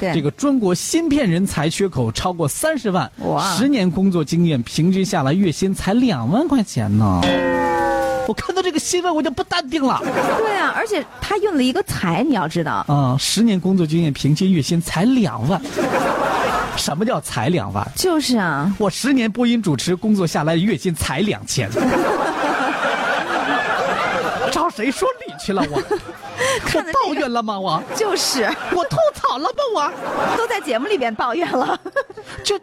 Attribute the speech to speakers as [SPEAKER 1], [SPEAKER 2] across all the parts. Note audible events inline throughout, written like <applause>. [SPEAKER 1] 对
[SPEAKER 2] 这个中国芯片人才缺口超过三十万
[SPEAKER 1] 哇，
[SPEAKER 2] 十年工作经验平均下来月薪才两万块钱呢。我看到这个新闻我就不淡定了。
[SPEAKER 1] 对啊，而且他用了一个“才”，你要知道，
[SPEAKER 2] 啊、十年工作经验平均月薪才两万，什么叫才两万？
[SPEAKER 1] 就是啊，
[SPEAKER 2] 我十年播音主持工作下来，月薪才两千，找谁说理去了我？我
[SPEAKER 1] 看得这个
[SPEAKER 2] 抱怨了吗？我
[SPEAKER 1] 就是 <laughs>
[SPEAKER 2] 我吐槽了吗？我
[SPEAKER 1] 都在节目里边抱怨了。
[SPEAKER 2] 这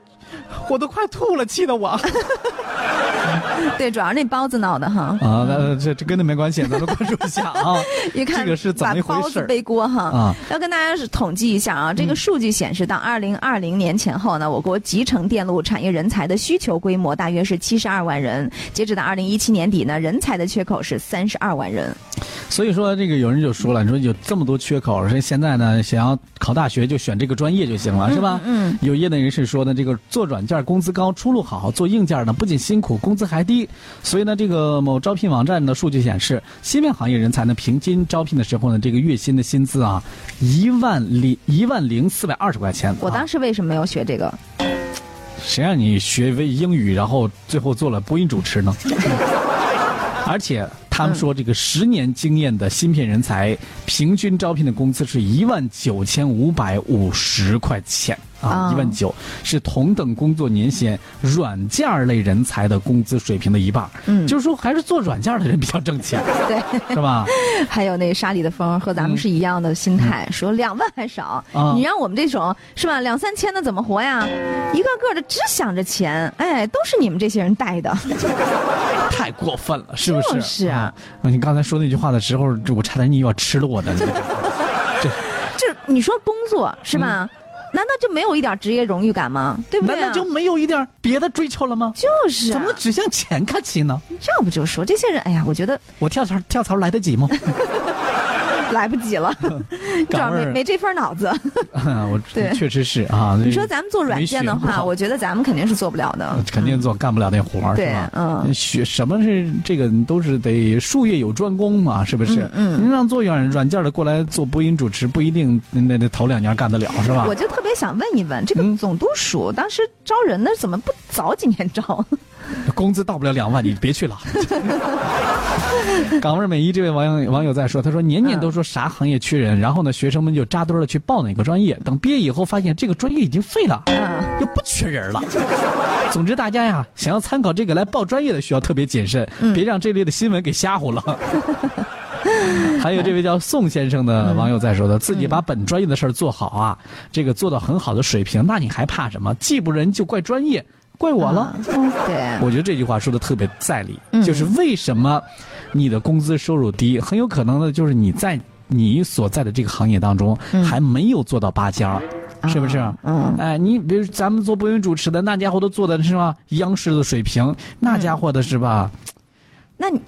[SPEAKER 2] 我都快吐了，气得我啊！
[SPEAKER 1] <laughs> 对，主要是那包子闹的哈，。
[SPEAKER 2] 啊那呃这这跟那没关系，咱们关注一下啊
[SPEAKER 1] <laughs> 你看
[SPEAKER 2] 这个是怎么一回
[SPEAKER 1] 把包
[SPEAKER 2] 事
[SPEAKER 1] 子
[SPEAKER 2] 儿？
[SPEAKER 1] 背锅哈，
[SPEAKER 2] 啊嗯
[SPEAKER 1] 要跟大家是统计一下啊，这个数据显示，到二零二零年前后呢，我国集成电路产业人才的需求规模大约是七十二万人，截止到二零一七年底呢，人才的缺口是三十二万人。
[SPEAKER 2] 所以说，这个有人就说了，你说有这么多缺口，所以现在呢，想要考大学就选这个专业就行了，是吧？嗯。有业内人士说呢，这个做软件工资高，出路好；做硬件呢，不仅辛苦，工资还低。所以呢，这个某招聘网站的数据显示，芯片行业人才呢，平均招聘的时候呢，这个月薪的薪资啊，一万零一万零四百二十块钱。
[SPEAKER 1] 我当
[SPEAKER 2] 啊、
[SPEAKER 1] 时为什么没有学这个？
[SPEAKER 2] 谁让你学为英语，然后最后做了播音主持呢？ <laughs> 而且他
[SPEAKER 1] 嗯
[SPEAKER 2] 们说，这个十年经验的芯片人才，平均招聘的工资是一万九千五百五十块钱啊，
[SPEAKER 1] 啊
[SPEAKER 2] 一万九是同等工作年限软件儿类人才的工资水平的一半。嗯，就是说还是做软件儿的人比较挣
[SPEAKER 1] <laughs>
[SPEAKER 2] 钱，
[SPEAKER 1] 对。
[SPEAKER 2] 是吧？
[SPEAKER 1] <laughs> 还有那沙里的风和咱们是一样的心态，说两万还少，
[SPEAKER 2] 啊
[SPEAKER 1] 你让我们这种是吧，两三千的怎么活呀？一个个的只想着钱，哎，都是你们这些人带 <laughs> 的。
[SPEAKER 2] 太过分了，是不是？
[SPEAKER 1] 就是啊
[SPEAKER 2] 啊，你刚才说那句话的时候，我差点你又要吃了我的。
[SPEAKER 1] 这你说工作是吧？难道就没有一点职业荣誉感吗？对不 <laughs> 对、
[SPEAKER 2] 难
[SPEAKER 1] 啊？
[SPEAKER 2] 道就没有一点别的追求了吗？
[SPEAKER 1] 就是、啊、
[SPEAKER 2] 怎么只向钱看齐
[SPEAKER 1] <laughs>
[SPEAKER 2] 呢？
[SPEAKER 1] 要不就说这些人，哎呀，我觉得
[SPEAKER 2] 我跳槽跳槽来得
[SPEAKER 1] <laughs>
[SPEAKER 2] 及吗？
[SPEAKER 1] 来不及了， <laughs> 主要
[SPEAKER 2] 赶味
[SPEAKER 1] 没
[SPEAKER 2] 儿
[SPEAKER 1] 没这份脑 <laughs> 子。
[SPEAKER 2] 我
[SPEAKER 1] 对
[SPEAKER 2] 确实是啊。
[SPEAKER 1] 你说咱们做软件的
[SPEAKER 2] 没学
[SPEAKER 1] 话，
[SPEAKER 2] 过
[SPEAKER 1] 我觉得咱呃们肯定是做不了的。
[SPEAKER 2] 肯定做干不了那活儿，
[SPEAKER 1] 对
[SPEAKER 2] 是吧？
[SPEAKER 1] 嗯
[SPEAKER 2] 学什么是这个都是得术业有专攻嘛，是不是？嗯，您让做软软件的过来做播音主持，不一定那那头两年干得了，是吧
[SPEAKER 1] 我？就特别想问一问，这个
[SPEAKER 2] 啊嗯
[SPEAKER 1] 总督署当时招人的怎么不早几年
[SPEAKER 2] <laughs>
[SPEAKER 1] 招？
[SPEAKER 2] 工资到不了两万，你别去了。 <laughs> 岗位美一这位网友网友在说，他说年年都说啥行业缺人，然后呢，学生们就扎堆儿的去报哪个专业，等毕业以后发现这个专业已经废了。
[SPEAKER 1] 嗯，
[SPEAKER 2] 又不缺人了。总之，大家呀，想要参考这个来报专业的，需要特别谨慎，别让这类的新闻给吓唬了。 <laughs> 还有这位叫宋先生的网友在说的，自己把本专业的事儿做好啊，这个做到很好的水平，那你还怕什么？技不人就怪专业，怪我了。
[SPEAKER 1] 对。
[SPEAKER 2] 我觉得这句话说的特别在理，就是为什么你的工资收入低，很有可能呢，就是你在你所在的这个行业当中还没有做到拔尖儿。是不是？
[SPEAKER 1] 嗯
[SPEAKER 2] 哎，你比如咱们做播音主持的，那家伙都做的是吧？央视的水平，那家伙的是吧？
[SPEAKER 1] 那你，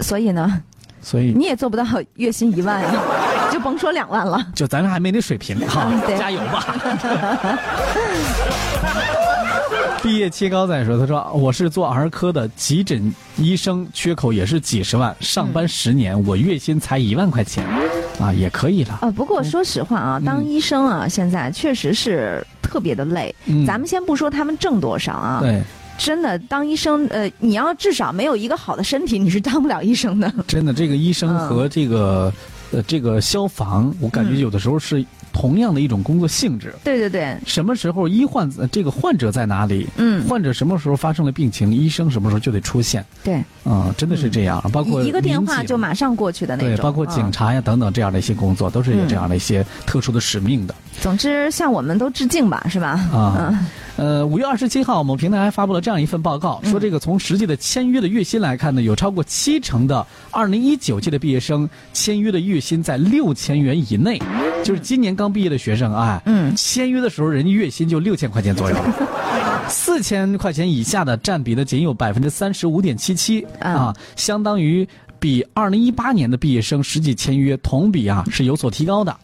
[SPEAKER 1] 所以呢，
[SPEAKER 2] 所以
[SPEAKER 1] 你也做不到月薪一
[SPEAKER 2] <laughs>
[SPEAKER 1] 万啊，就甭说两万了。
[SPEAKER 2] 就咱们还没那水平哈
[SPEAKER 1] 嗯，对
[SPEAKER 2] 加油吧！
[SPEAKER 1] <laughs>
[SPEAKER 2] 毕业切糕再说，他说我是做儿科的急诊医生，缺口也是几十万，上班十年，我月薪才一万块钱，啊，也可以了。
[SPEAKER 1] 啊，不过说实话
[SPEAKER 2] 嗯
[SPEAKER 1] 啊，当医生啊，现在确实是特别的累。
[SPEAKER 2] 嗯
[SPEAKER 1] 咱们先不说他们挣多少啊，
[SPEAKER 2] 对，
[SPEAKER 1] 真的当医生，呃，你要至少没有一个好的身体，你是当不了医生
[SPEAKER 2] <laughs>
[SPEAKER 1] 的。
[SPEAKER 2] 真的，这个医生
[SPEAKER 1] 嗯
[SPEAKER 2] 和这个、呃这个消防，我感觉有的时候是同样的一种工作性质。
[SPEAKER 1] 对对对，
[SPEAKER 2] 什么时候医患呃这个患者在哪里？
[SPEAKER 1] 嗯
[SPEAKER 2] 患者什么时候发生了病情，医生什么时候就得出现。
[SPEAKER 1] 对，
[SPEAKER 2] 啊、真的是这样。包括
[SPEAKER 1] 嗯一个电话
[SPEAKER 2] 民警啊
[SPEAKER 1] 就马上过去的那种。
[SPEAKER 2] 对，包括警
[SPEAKER 1] 嗯
[SPEAKER 2] 察呀、等等这样的一些工作，都是有这样的一些特殊的使命的。
[SPEAKER 1] 总之，向我们都致敬吧，是吧？
[SPEAKER 2] 啊，呃，五月二十七号，某平台还发布了这样一份报告，
[SPEAKER 1] 嗯
[SPEAKER 2] 说这个从实际的签约的月薪来看呢，有超过七成的二零一九届的毕业生签约的月薪在六千元以内，就是今年刚毕业的学生啊，
[SPEAKER 1] 嗯
[SPEAKER 2] 签约的时候人家月薪就六千块钱
[SPEAKER 1] <laughs>
[SPEAKER 2] 左右。四千块钱以下的占比呢，仅有百分之三十五点七七
[SPEAKER 1] 嗯
[SPEAKER 2] 啊，相当于比二零一八年的毕业生实际签约同比啊是有所提高的，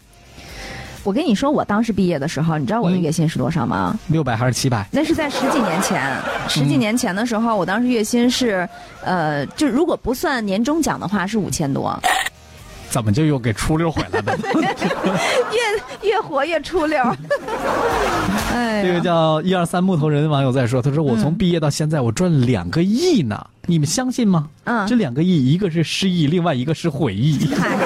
[SPEAKER 1] 我跟你说，我当时毕业的时候，你知道我的月薪是多少吗？
[SPEAKER 2] 六百还是七百？
[SPEAKER 1] 那是在十几年前，
[SPEAKER 2] 嗯
[SPEAKER 1] 十几年前的时候，
[SPEAKER 2] <laughs>
[SPEAKER 1] 我当时月薪是，呃，就如果不算年终奖的话是五千多，
[SPEAKER 2] 怎么就又给出溜回来的？
[SPEAKER 1] 越越活越出溜。
[SPEAKER 2] <laughs>
[SPEAKER 1] 哎呀，
[SPEAKER 2] 这个叫一二三木头人网友在说，他说我从毕业到现在，我赚两个亿呢，你们相信吗？
[SPEAKER 1] 嗯
[SPEAKER 2] 这两个亿，一个是失忆，另外一个是悔意。
[SPEAKER 1] 嗨，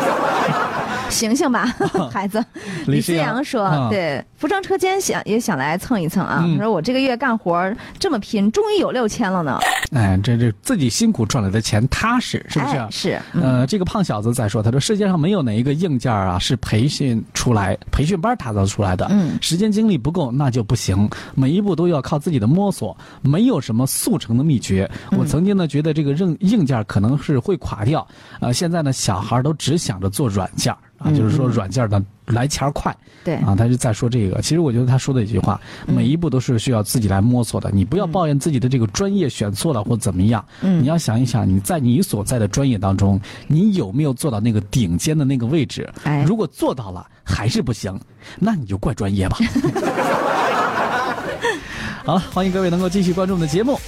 [SPEAKER 1] 醒
[SPEAKER 2] <laughs>
[SPEAKER 1] 醒吧，孩子。
[SPEAKER 2] 啊李
[SPEAKER 1] 李
[SPEAKER 2] 思
[SPEAKER 1] 思
[SPEAKER 2] 阳
[SPEAKER 1] 阳说：“
[SPEAKER 2] 啊
[SPEAKER 1] 对，服装车间想也想来蹭一蹭啊。
[SPEAKER 2] 嗯
[SPEAKER 1] 他说我这个月干活儿这么拼，终于有六千了呢。
[SPEAKER 2] <laughs> 哎，这这自己辛苦赚来的钱踏实，是不是？
[SPEAKER 1] 哎、是，
[SPEAKER 2] 呃，这个胖小子在说，他说世界上没有哪一个硬件啊是培训出来、培训班打造出来的。
[SPEAKER 1] 嗯
[SPEAKER 2] 时间精力不够那就不行，每一步都要靠自己的摸索，没有什么速成的秘诀。
[SPEAKER 1] 嗯
[SPEAKER 2] 我曾经呢觉得这个硬硬件可能是会垮掉，呃，现在呢小孩都只想着做软件儿啊，就是说软件儿呢来钱儿快。
[SPEAKER 1] 嗯对，
[SPEAKER 2] 啊，他就在说这个。其实我觉得他说的一句话，
[SPEAKER 1] 嗯
[SPEAKER 2] 每一步都是需要自己来摸索的。你不要抱怨自己的这个专业选错了或怎么样，
[SPEAKER 1] 嗯
[SPEAKER 2] 你要想一想你在你所在的专业当中，你有没有做到那个顶尖的那个位置？
[SPEAKER 1] 哎
[SPEAKER 2] 如果做到了还是不行，那你就怪专业 <laughs> 吧。好了，欢迎各位能够继续关注我们的节目。